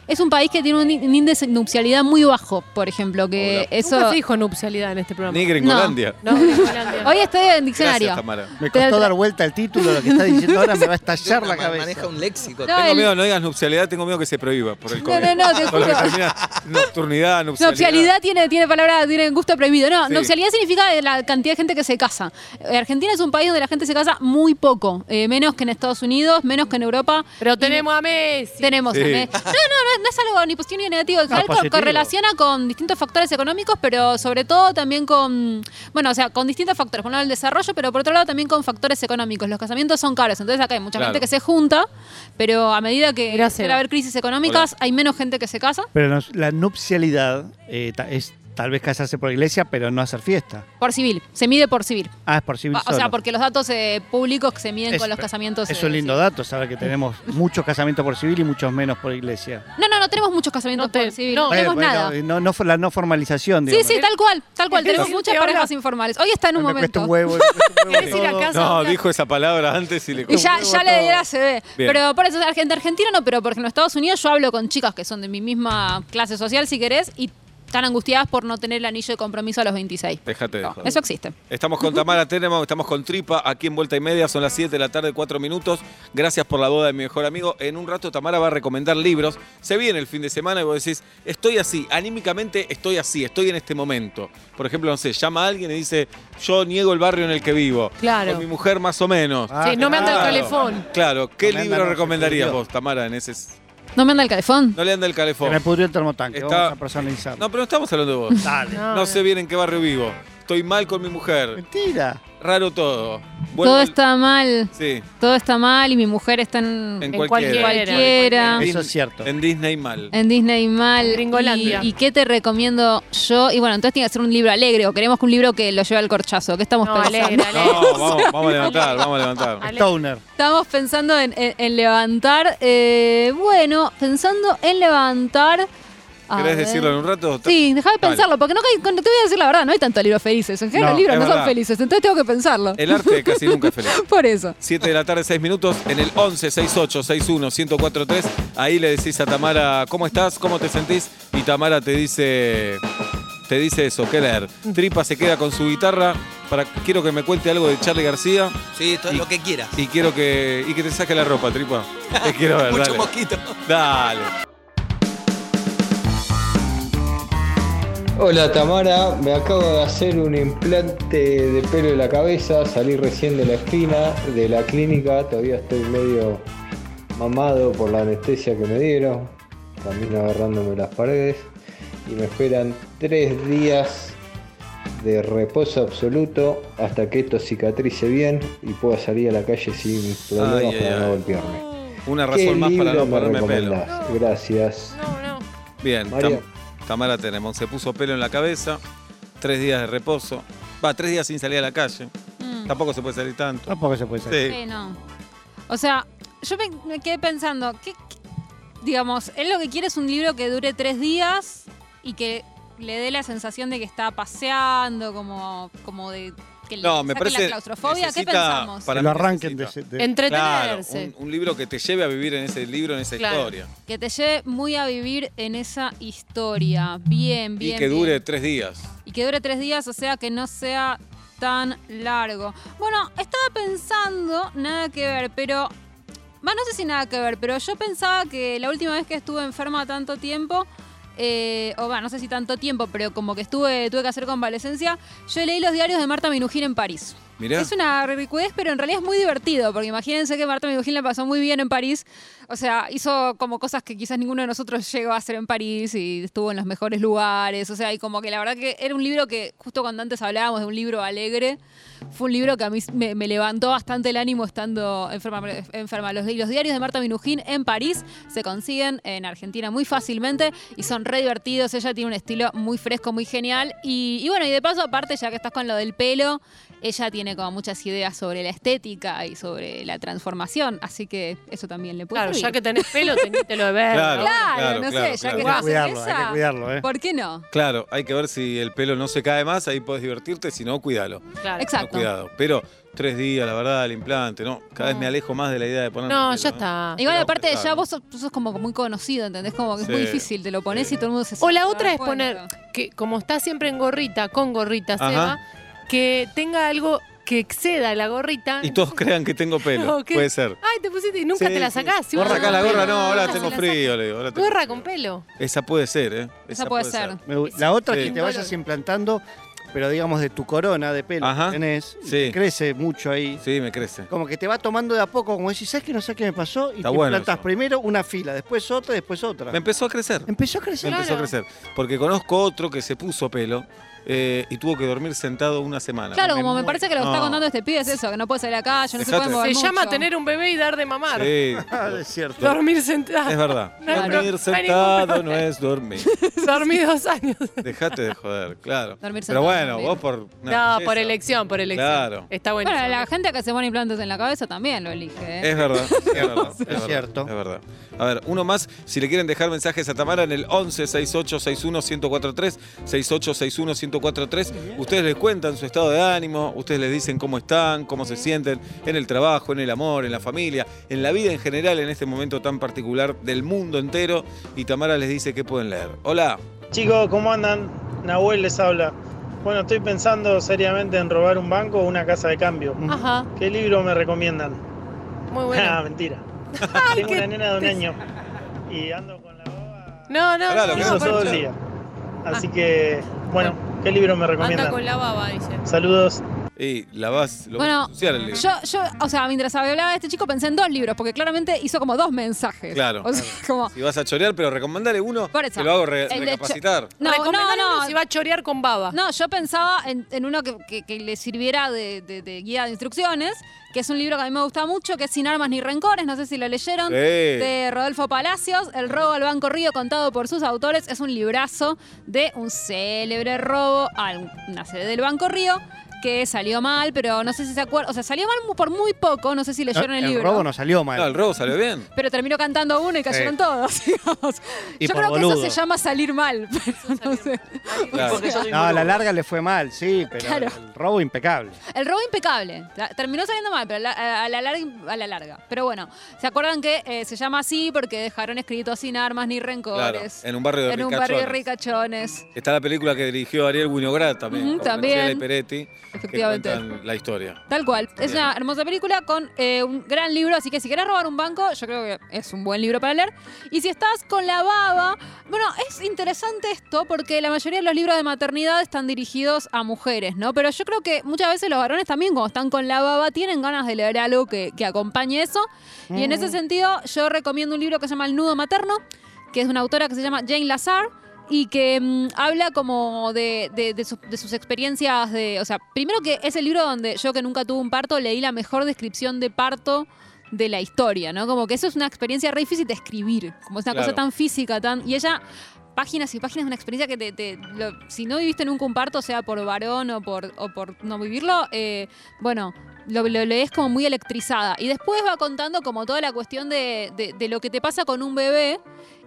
[SPEAKER 3] es un país que tiene un in- índice de nupcialidad muy bajo, por ejemplo, que
[SPEAKER 5] Nunca
[SPEAKER 3] eso...
[SPEAKER 5] se dijo nupcialidad en este programa.
[SPEAKER 2] Ni Gringolandia.
[SPEAKER 5] No, Gringolandia.
[SPEAKER 3] Hoy estoy en diccionario.
[SPEAKER 2] Gracias, Tamara.
[SPEAKER 4] Me
[SPEAKER 3] Te-
[SPEAKER 4] costó dar vuelta al título, lo que está diciendo ahora me va a estallar la
[SPEAKER 1] Ma-
[SPEAKER 4] cabeza.
[SPEAKER 1] Maneja un léxico.
[SPEAKER 3] No,
[SPEAKER 2] Tengo
[SPEAKER 3] el-
[SPEAKER 2] miedo, no digas nupcialidad, tengo miedo que se prohíba por el
[SPEAKER 3] No,
[SPEAKER 2] COVID.
[SPEAKER 3] no, no, te
[SPEAKER 2] Con lo que
[SPEAKER 3] juro.
[SPEAKER 2] termina nocturnidad, nupcialidad.
[SPEAKER 3] Nupcialidad tiene, tiene palabra, tiene gusto prohibido. No,
[SPEAKER 2] Sí.
[SPEAKER 3] nupcialidad significa de la cantidad de gente que se casa. Eh, Argentina es un país donde la gente se casa muy poco, eh, menos que en Estados Unidos, menos que en Europa.
[SPEAKER 5] Pero tenemos a Messi.
[SPEAKER 3] Tenemos.
[SPEAKER 2] Sí.
[SPEAKER 3] ¿eh? No, no, no, no es algo ni positivo ni negativo. Es
[SPEAKER 4] No,
[SPEAKER 3] algo que
[SPEAKER 4] positivo.
[SPEAKER 3] correlaciona con distintos factores económicos, pero sobre todo también con. Bueno, o sea, con distintos factores. Por un lado el desarrollo, pero por otro lado también con factores económicos. Los casamientos son caros. Entonces acá hay mucha
[SPEAKER 2] Claro.
[SPEAKER 3] gente que se junta, pero a medida que
[SPEAKER 5] Mirá,
[SPEAKER 3] empieza a
[SPEAKER 5] Seba.
[SPEAKER 3] haber crisis económicas, hay menos gente que se casa.
[SPEAKER 4] Pero nos- la nupcialidad eh, ta- es tal vez casarse por iglesia, pero no hacer fiesta.
[SPEAKER 3] Por civil. Se mide por civil.
[SPEAKER 4] Ah, es por civil
[SPEAKER 3] Ah, O sea,
[SPEAKER 4] solo.
[SPEAKER 3] porque los datos eh, públicos que se miden
[SPEAKER 4] Es-
[SPEAKER 3] con los casamientos.
[SPEAKER 4] Es
[SPEAKER 3] eh,
[SPEAKER 4] un lindo
[SPEAKER 3] sí.
[SPEAKER 4] dato, saber que tenemos muchos casamientos por civil y muchos menos por iglesia.
[SPEAKER 3] No, no, no tenemos muchos casamientos
[SPEAKER 5] No te-
[SPEAKER 3] por civil.
[SPEAKER 5] no.
[SPEAKER 3] No, tenemos
[SPEAKER 4] Bueno, eh,
[SPEAKER 3] nada.
[SPEAKER 4] No, no, la no formalización,
[SPEAKER 3] Sí,
[SPEAKER 4] digamos.
[SPEAKER 3] sí, tal cual, tal cual. Tenemos
[SPEAKER 5] Sí,
[SPEAKER 3] muchas
[SPEAKER 5] ahora-
[SPEAKER 3] parejas informales. Hoy está en un
[SPEAKER 4] me
[SPEAKER 3] momento.
[SPEAKER 4] cuesta un huevo. me cuesta un huevo
[SPEAKER 5] ¿Querés ir a
[SPEAKER 4] todo.
[SPEAKER 5] casa?
[SPEAKER 2] No, dijo esa palabra antes y le
[SPEAKER 3] Y ya, ya le dirá se ve.
[SPEAKER 2] Bien.
[SPEAKER 3] Pero por eso, en Argentina no, pero porque en los Estados Unidos yo hablo con chicas que son de mi misma clase social, si querés, y están angustiadas por no tener el anillo de compromiso a los 26.
[SPEAKER 2] Déjate de
[SPEAKER 3] No,
[SPEAKER 2] joder.
[SPEAKER 3] eso existe.
[SPEAKER 2] Estamos con Tamara Tenema, estamos con Tripa, aquí en Vuelta y Media, son las 7 de la tarde, 4 minutos. Gracias por la boda de mi mejor amigo. En un rato Tamara va a recomendar libros. Se viene el fin de semana y vos decís, estoy así, anímicamente estoy así, estoy en este momento. Por ejemplo, no sé, llama a alguien y dice, yo niego el barrio en el que vivo.
[SPEAKER 5] Claro.
[SPEAKER 2] Con mi mujer más o menos.
[SPEAKER 4] Ah,
[SPEAKER 5] Sí, no me anda el
[SPEAKER 2] claro.
[SPEAKER 5] calefón.
[SPEAKER 2] Claro, ¿qué
[SPEAKER 4] No me anda,
[SPEAKER 2] libro
[SPEAKER 4] no, se
[SPEAKER 2] recomendarías
[SPEAKER 4] pudrió.
[SPEAKER 2] vos, Tamara, en ese... s-
[SPEAKER 3] No me anda el calefón.
[SPEAKER 2] No le anda el
[SPEAKER 4] Se
[SPEAKER 2] calefón.
[SPEAKER 4] me pudrió el termotanque,
[SPEAKER 2] Está-
[SPEAKER 4] vamos a personalizar.
[SPEAKER 2] No, pero no estamos hablando de vos.
[SPEAKER 4] Dale.
[SPEAKER 2] No sé bien en qué barrio vivo. Estoy mal con mi mujer.
[SPEAKER 4] Mentira.
[SPEAKER 2] Raro todo. Vuelvo
[SPEAKER 3] Todo
[SPEAKER 2] al-
[SPEAKER 3] está mal,
[SPEAKER 2] Sí.
[SPEAKER 3] todo está mal y mi mujer está en,
[SPEAKER 2] En
[SPEAKER 3] en
[SPEAKER 2] cualquiera.
[SPEAKER 3] cualquiera.
[SPEAKER 4] Eso es cierto.
[SPEAKER 2] En Disney mal.
[SPEAKER 3] En Disney mal.
[SPEAKER 5] Gringolandia.
[SPEAKER 3] Y, y qué te recomiendo yo? Y bueno, entonces tiene que ser un libro alegre o queremos un libro que lo lleve al corchazo. ¿Qué estamos
[SPEAKER 5] No,
[SPEAKER 3] pensando?
[SPEAKER 5] alegre,
[SPEAKER 2] No,
[SPEAKER 5] alegre.
[SPEAKER 2] vamos, vamos a levantar, vamos a levantar.
[SPEAKER 5] Ale-
[SPEAKER 4] Stoner.
[SPEAKER 3] Estamos pensando en, en- en levantar. eh, bueno, pensando en levantar. a
[SPEAKER 2] ¿Querés
[SPEAKER 3] ver.
[SPEAKER 2] decirlo en un rato?
[SPEAKER 3] Sí, dejá de
[SPEAKER 2] Dale.
[SPEAKER 3] pensarlo, porque no hay- cuando te voy a decir la verdad, no hay tanto libros felices. En general,
[SPEAKER 4] No,
[SPEAKER 3] los libros
[SPEAKER 2] es
[SPEAKER 3] no
[SPEAKER 2] verdad. Eh,
[SPEAKER 3] son felices, entonces tengo que pensarlo.
[SPEAKER 2] El arte de casi nunca es feliz.
[SPEAKER 3] Por eso.
[SPEAKER 2] 7 de la tarde, 6 minutos, en el 11 68 61 1043. Ahí le decís a Tamara, ¿cómo estás? ¿Cómo te sentís? Y Tamara te dice. Te dice eso, ¿qué leer? Tripa se queda con su guitarra. Para, quiero que me cuente algo de Charlie García
[SPEAKER 1] Sí, todo
[SPEAKER 2] Y-
[SPEAKER 1] lo que quieras.
[SPEAKER 2] y quiero que. y que te saque la ropa, tripa. Te quiero ver,
[SPEAKER 1] Mucho
[SPEAKER 2] dale.
[SPEAKER 1] mosquito.
[SPEAKER 2] Dale.
[SPEAKER 6] Hola Tamara, me acabo de hacer un implante de pelo en la cabeza, salí recién de la esquina de la clínica, todavía estoy medio mamado por la anestesia que me dieron, camino agarrándome las paredes y me esperan tres días de reposo absoluto hasta que esto cicatrice bien y pueda salir a la calle sin problemas
[SPEAKER 2] Ay, ay,
[SPEAKER 6] para no
[SPEAKER 2] ay.
[SPEAKER 6] golpearme.
[SPEAKER 2] Una razón más para
[SPEAKER 6] libro
[SPEAKER 2] no
[SPEAKER 6] me
[SPEAKER 2] ponerme pelo.
[SPEAKER 6] recomendás? Gracias.
[SPEAKER 5] No, no.
[SPEAKER 2] Bien,
[SPEAKER 6] Mario.
[SPEAKER 2] Tam- Tamara tenemos. Se puso pelo en la cabeza, tres días de reposo. Va, tres días sin salir a la calle.
[SPEAKER 1] Mm.
[SPEAKER 2] Tampoco se puede salir tanto.
[SPEAKER 4] Tampoco se puede saber.
[SPEAKER 2] Sí.
[SPEAKER 3] Mm, Sí, no. O sea, yo me, me quedé pensando, ¿qué, qué- digamos, él lo que quiere es un libro que dure tres días y que le dé la sensación de que está paseando, como, como de que le
[SPEAKER 2] No, me
[SPEAKER 3] saque
[SPEAKER 2] parece.
[SPEAKER 3] la claustrofobia.
[SPEAKER 2] necesita-
[SPEAKER 3] ¿Qué pensamos?
[SPEAKER 2] para
[SPEAKER 4] Que lo
[SPEAKER 2] mí
[SPEAKER 4] arranquen de,
[SPEAKER 2] necesita-
[SPEAKER 4] ese- de-
[SPEAKER 2] Claro,
[SPEAKER 5] Entretenerse.
[SPEAKER 2] un, un libro que te lleve a vivir en ese libro, en esa
[SPEAKER 5] Claro.
[SPEAKER 2] historia.
[SPEAKER 3] Que te lleve muy a vivir en esa historia. Bien, bien.
[SPEAKER 2] y que dure
[SPEAKER 3] bien.
[SPEAKER 2] tres días.
[SPEAKER 3] Y que dure tres días, o sea, que no sea tan largo. Bueno, estaba pensando, nada que ver, pero... Va, no sé si nada que ver, pero yo pensaba que la última vez que estuve enferma tanto tiempo, eh, o va, no sé si tanto tiempo, pero como que estuve, tuve que hacer convalecencia, yo leí los diarios de Marta Minujín en París.
[SPEAKER 2] Mirá.
[SPEAKER 3] Es una ridiculez, pero en realidad es muy divertido, porque imagínense que Marta Minujín la pasó muy bien en París. O sea, hizo como cosas que quizás ninguno de nosotros llegó a hacer en París y estuvo en los mejores lugares. O sea, y como que la verdad que era un libro que, justo cuando antes hablábamos de un libro alegre, fue un libro que a mí me, me levantó bastante el ánimo estando enferma. enferma. Los, los diarios de Marta Minujín en París se consiguen en Argentina muy fácilmente y son re divertidos. Ella tiene un estilo muy fresco, muy genial. Y, y bueno, y de paso, aparte, ya que estás con lo del pelo, ella tiene como muchas ideas sobre la estética y sobre la transformación. Así que eso también le puede
[SPEAKER 5] Claro, ya
[SPEAKER 3] servir.
[SPEAKER 5] que tenés pelo, tenítelo de verde.
[SPEAKER 2] Claro.
[SPEAKER 3] Claro, no
[SPEAKER 2] claro,
[SPEAKER 3] sé, ya
[SPEAKER 2] claro. Hay que
[SPEAKER 3] que estás en
[SPEAKER 4] cuidarlo, hay que
[SPEAKER 3] esa,
[SPEAKER 4] cuidarlo, ¿eh?
[SPEAKER 3] ¿Por qué no?
[SPEAKER 2] Claro, hay que ver si el pelo no se cae más, ahí podés divertirte, si no, cuídalo.
[SPEAKER 5] claro.
[SPEAKER 3] Exacto.
[SPEAKER 2] No, cuidado. Pero tres días, la verdad, el implante, no. Cada vez me alejo más de la idea de poner.
[SPEAKER 5] No, ya está.
[SPEAKER 3] Igual
[SPEAKER 2] Ah, Pero,
[SPEAKER 3] aparte de ya
[SPEAKER 2] claro.
[SPEAKER 3] vos sos, sos como muy conocido, ¿entendés? Como que es muy
[SPEAKER 2] Sí,
[SPEAKER 3] difícil, te lo pones
[SPEAKER 2] sí.
[SPEAKER 3] y todo el mundo se
[SPEAKER 5] O
[SPEAKER 3] se
[SPEAKER 5] la
[SPEAKER 3] da
[SPEAKER 5] otra es
[SPEAKER 3] cuenta.
[SPEAKER 5] poner, que como está siempre en gorrita, con gorrita,
[SPEAKER 2] Ajá.
[SPEAKER 5] Seba, que tenga algo que exceda la gorrita.
[SPEAKER 2] Y todos crean que tengo pelo.
[SPEAKER 5] No, ¿qué?
[SPEAKER 2] Puede ser.
[SPEAKER 5] Ay, te pusiste y nunca
[SPEAKER 2] Sí,
[SPEAKER 5] te la
[SPEAKER 2] sí.
[SPEAKER 5] sacás. si
[SPEAKER 2] Vos
[SPEAKER 5] vos
[SPEAKER 2] sacás la
[SPEAKER 5] tenés
[SPEAKER 2] gorra,
[SPEAKER 5] pelo.
[SPEAKER 2] no, ahora
[SPEAKER 5] Nunca
[SPEAKER 2] tengo
[SPEAKER 5] se la
[SPEAKER 2] frío, le digo. ahora tengo
[SPEAKER 5] Gorra
[SPEAKER 2] frío.
[SPEAKER 5] con pelo.
[SPEAKER 2] Esa puede ser, ¿eh?
[SPEAKER 3] Esa puede ser.
[SPEAKER 4] Me gu- La otra es
[SPEAKER 2] Sí.
[SPEAKER 4] que te vayas implantando, pero digamos de tu corona de pelo
[SPEAKER 2] Ajá.
[SPEAKER 4] que tenés, y
[SPEAKER 2] Sí.
[SPEAKER 4] te crece mucho ahí.
[SPEAKER 2] Sí, me crece.
[SPEAKER 4] Como que te va tomando de a poco, como decís, ¿sabes qué? No sé qué me pasó. Y
[SPEAKER 2] Está
[SPEAKER 4] te
[SPEAKER 2] bueno
[SPEAKER 4] implantás
[SPEAKER 2] eso.
[SPEAKER 4] primero una fila, después otra, después otra.
[SPEAKER 2] Me Em- empezó a crecer.
[SPEAKER 4] Empezó a
[SPEAKER 2] Me
[SPEAKER 4] crecer.
[SPEAKER 2] empezó a crecer. Porque conozco otro que se puso pelo eh, y tuvo que dormir sentado una semana.
[SPEAKER 3] Claro, como me parece que lo que está
[SPEAKER 2] No.
[SPEAKER 3] contando este pibe es eso, que no puede salir a la calle, no se
[SPEAKER 2] Dejate.
[SPEAKER 3] puede mover
[SPEAKER 5] Se llama
[SPEAKER 3] mucho.
[SPEAKER 5] tener un bebé y dar de mamar.
[SPEAKER 2] Sí.
[SPEAKER 4] Ah, es cierto.
[SPEAKER 5] Dormir sentado.
[SPEAKER 2] Es verdad.
[SPEAKER 5] No, no, no hay
[SPEAKER 2] dormir
[SPEAKER 5] ningún
[SPEAKER 2] sentado no
[SPEAKER 5] problema.
[SPEAKER 2] es dormir.
[SPEAKER 5] Dormí dos años.
[SPEAKER 2] Dejate de joder, claro.
[SPEAKER 3] Dormir sentado
[SPEAKER 2] Pero bueno,
[SPEAKER 3] también.
[SPEAKER 2] vos por. una
[SPEAKER 5] No,
[SPEAKER 2] belleza.
[SPEAKER 5] por elección, por elección.
[SPEAKER 2] Claro.
[SPEAKER 5] Está bueno.
[SPEAKER 3] Bueno, la gente que se pone implantes en la cabeza también lo elige. ¿eh?
[SPEAKER 2] Es verdad, es verdad. Es, verdad,
[SPEAKER 4] cierto.
[SPEAKER 2] Es verdad. A ver, uno más. Si le quieren dejar mensajes a Tamara en el 11 68 61 1043, 68 61 1043. Ustedes les cuentan su estado de ánimo, ustedes les dicen cómo están, cómo se sienten en el trabajo, en el amor, en la familia, en la vida en general, en este momento tan particular del mundo entero. Y Tamara les dice qué pueden leer. Hola.
[SPEAKER 7] Chicos, ¿cómo andan? Nahuel les habla. Bueno, estoy pensando seriamente en robar un banco o una casa de cambio.
[SPEAKER 5] Ajá,
[SPEAKER 7] ¿Qué libro me recomiendan?
[SPEAKER 5] muy
[SPEAKER 7] Ah,
[SPEAKER 5] bueno.
[SPEAKER 7] mentira. Tengo
[SPEAKER 5] qué
[SPEAKER 7] una nena de un año y ando con la boba
[SPEAKER 5] No, no,
[SPEAKER 2] Pará,
[SPEAKER 5] no,
[SPEAKER 2] lo que
[SPEAKER 5] no,
[SPEAKER 7] eso
[SPEAKER 2] hizo
[SPEAKER 5] por-
[SPEAKER 7] todo el
[SPEAKER 2] Pancho.
[SPEAKER 7] día. Así que, bueno, ¿qué libro me
[SPEAKER 5] Anda
[SPEAKER 7] recomiendan?
[SPEAKER 5] con la baba, dice.
[SPEAKER 7] Saludos.
[SPEAKER 2] Y la vas, lo vas a
[SPEAKER 3] Bueno,
[SPEAKER 2] ensuciar el libro.
[SPEAKER 3] Yo, yo, o sea, mientras hablaba de este chico pensé en dos libros, porque claramente hizo como dos mensajes.
[SPEAKER 2] Claro.
[SPEAKER 3] O sea, como.
[SPEAKER 2] Si vas a chorear, pero recomendale uno,
[SPEAKER 3] Por eso.
[SPEAKER 2] te lo hago re-
[SPEAKER 3] El de
[SPEAKER 2] recapacitar.
[SPEAKER 3] No, no,
[SPEAKER 5] Recomendale uno
[SPEAKER 3] no.
[SPEAKER 5] si va a chorear con baba.
[SPEAKER 3] No, yo pensaba en, en uno que, que- que le sirviera de, de- de guía de instrucciones, que es un libro que a mí me gusta mucho, que es Sin Armas ni Rencores, no sé si lo leyeron,
[SPEAKER 2] Sí. Eh.
[SPEAKER 3] de Rodolfo Palacios, El robo al Banco Río contado por sus autores, es un librazo de un célebre robo a una sede del Banco Río que salió mal, pero no sé si se acuerdan, o sea, salió mal mu- por muy poco, no sé si leyeron el, libro.
[SPEAKER 4] robo no salió
[SPEAKER 2] No,
[SPEAKER 4] mal.
[SPEAKER 2] el robo salió bien.
[SPEAKER 3] Pero terminó cantando uno y cayeron
[SPEAKER 4] Sí.
[SPEAKER 3] todos. digamos.
[SPEAKER 4] Y
[SPEAKER 3] Yo
[SPEAKER 4] por
[SPEAKER 3] creo que
[SPEAKER 4] boludo.
[SPEAKER 3] eso se llama salir mal. pero no sé.
[SPEAKER 2] Claro.
[SPEAKER 4] No, a la larga le fue mal, sí, pero
[SPEAKER 3] Claro.
[SPEAKER 4] el robo impecable.
[SPEAKER 3] El robo impecable. La- Terminó saliendo mal, pero a la, a la larga, a la larga. Pero bueno, ¿se acuerdan que eh, se llama así porque dejaron escrito sin armas ni
[SPEAKER 2] Claro,
[SPEAKER 3] rencores?
[SPEAKER 2] en un barrio de
[SPEAKER 3] en un barrio de
[SPEAKER 2] ricachones.
[SPEAKER 3] ricachones.
[SPEAKER 2] Está la película que dirigió Ariel Winograd también.
[SPEAKER 3] Ujú,
[SPEAKER 2] con
[SPEAKER 3] también.
[SPEAKER 2] Graciela y Peretti.
[SPEAKER 3] Efectivamente.
[SPEAKER 2] Que cuentan la historia.
[SPEAKER 3] Tal cual. Es una hermosa película con eh, un gran libro, así que si querés robar un banco, yo creo que es un buen libro para leer. Y si estás con la baba, bueno, es interesante esto porque la mayoría de los libros de maternidad están dirigidos a mujeres, ¿no? Pero yo creo que muchas veces los varones también cuando están con la baba tienen ganas de leer algo que, que acompañe eso. Y en ese sentido, yo recomiendo un libro que se llama El Nudo Materno, que es de una autora que se llama Jane Lazar y que mm, habla como de, de- de sus- de sus experiencias de, o sea, primero que es el libro donde yo que nunca tuve un parto leí la mejor descripción de parto de la historia, ¿no? Como que eso es una experiencia re difícil de escribir, como es una
[SPEAKER 2] Claro.
[SPEAKER 3] cosa tan física, tan... Y ella, páginas y páginas, es una experiencia que te, te- lo- si no viviste nunca un parto, sea por varón o por, o por no vivirlo, eh, bueno, lo, lo lees como muy electrizada. Y después va contando como toda la cuestión de, de- de lo que te pasa con un bebé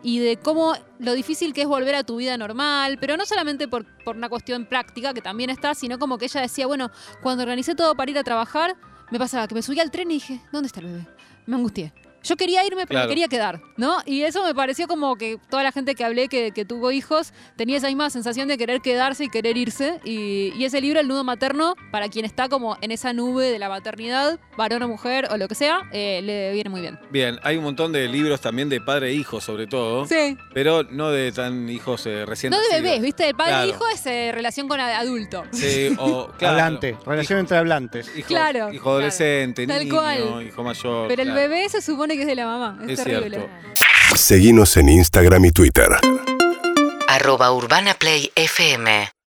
[SPEAKER 3] y de cómo lo difícil que es volver a tu vida normal, pero no solamente por, por una cuestión práctica, que también está, sino como que ella decía, bueno, cuando organicé todo para ir a trabajar, me pasaba que me subía al tren y dije, ¿dónde está el bebé? Me angustié. Yo quería irme, pero
[SPEAKER 2] Claro.
[SPEAKER 3] me quería quedar, ¿no? Y eso me pareció como que toda la gente que hablé que, que tuvo hijos tenía esa misma sensación de querer quedarse y querer irse. Y, y ese libro, El Nudo Materno, para quien está como en esa nube de la maternidad, varón o mujer o lo que sea, eh, le viene muy bien.
[SPEAKER 2] Bien, hay un montón de libros también de padre e hijo, sobre todo.
[SPEAKER 3] Sí.
[SPEAKER 2] Pero no de tan hijos eh, recién
[SPEAKER 3] No de
[SPEAKER 2] nacidos.
[SPEAKER 3] bebés, ¿viste? El padre
[SPEAKER 2] Claro.
[SPEAKER 3] hijo es eh, relación con a- adulto.
[SPEAKER 2] Sí, o, claro,
[SPEAKER 4] Hablante, relación entre hablantes.
[SPEAKER 2] hijo,
[SPEAKER 3] Claro,
[SPEAKER 2] Hijo adolescente,
[SPEAKER 3] Tal
[SPEAKER 2] niño,
[SPEAKER 3] cual.
[SPEAKER 2] hijo mayor.
[SPEAKER 3] Pero el
[SPEAKER 2] Oh, claro.
[SPEAKER 3] bebé se supone que es de la mamá. Es,
[SPEAKER 2] Es
[SPEAKER 3] terrible.
[SPEAKER 2] cierto.
[SPEAKER 8] Seguinos en Instagram y Twitter.
[SPEAKER 9] arroba Urbana Play FM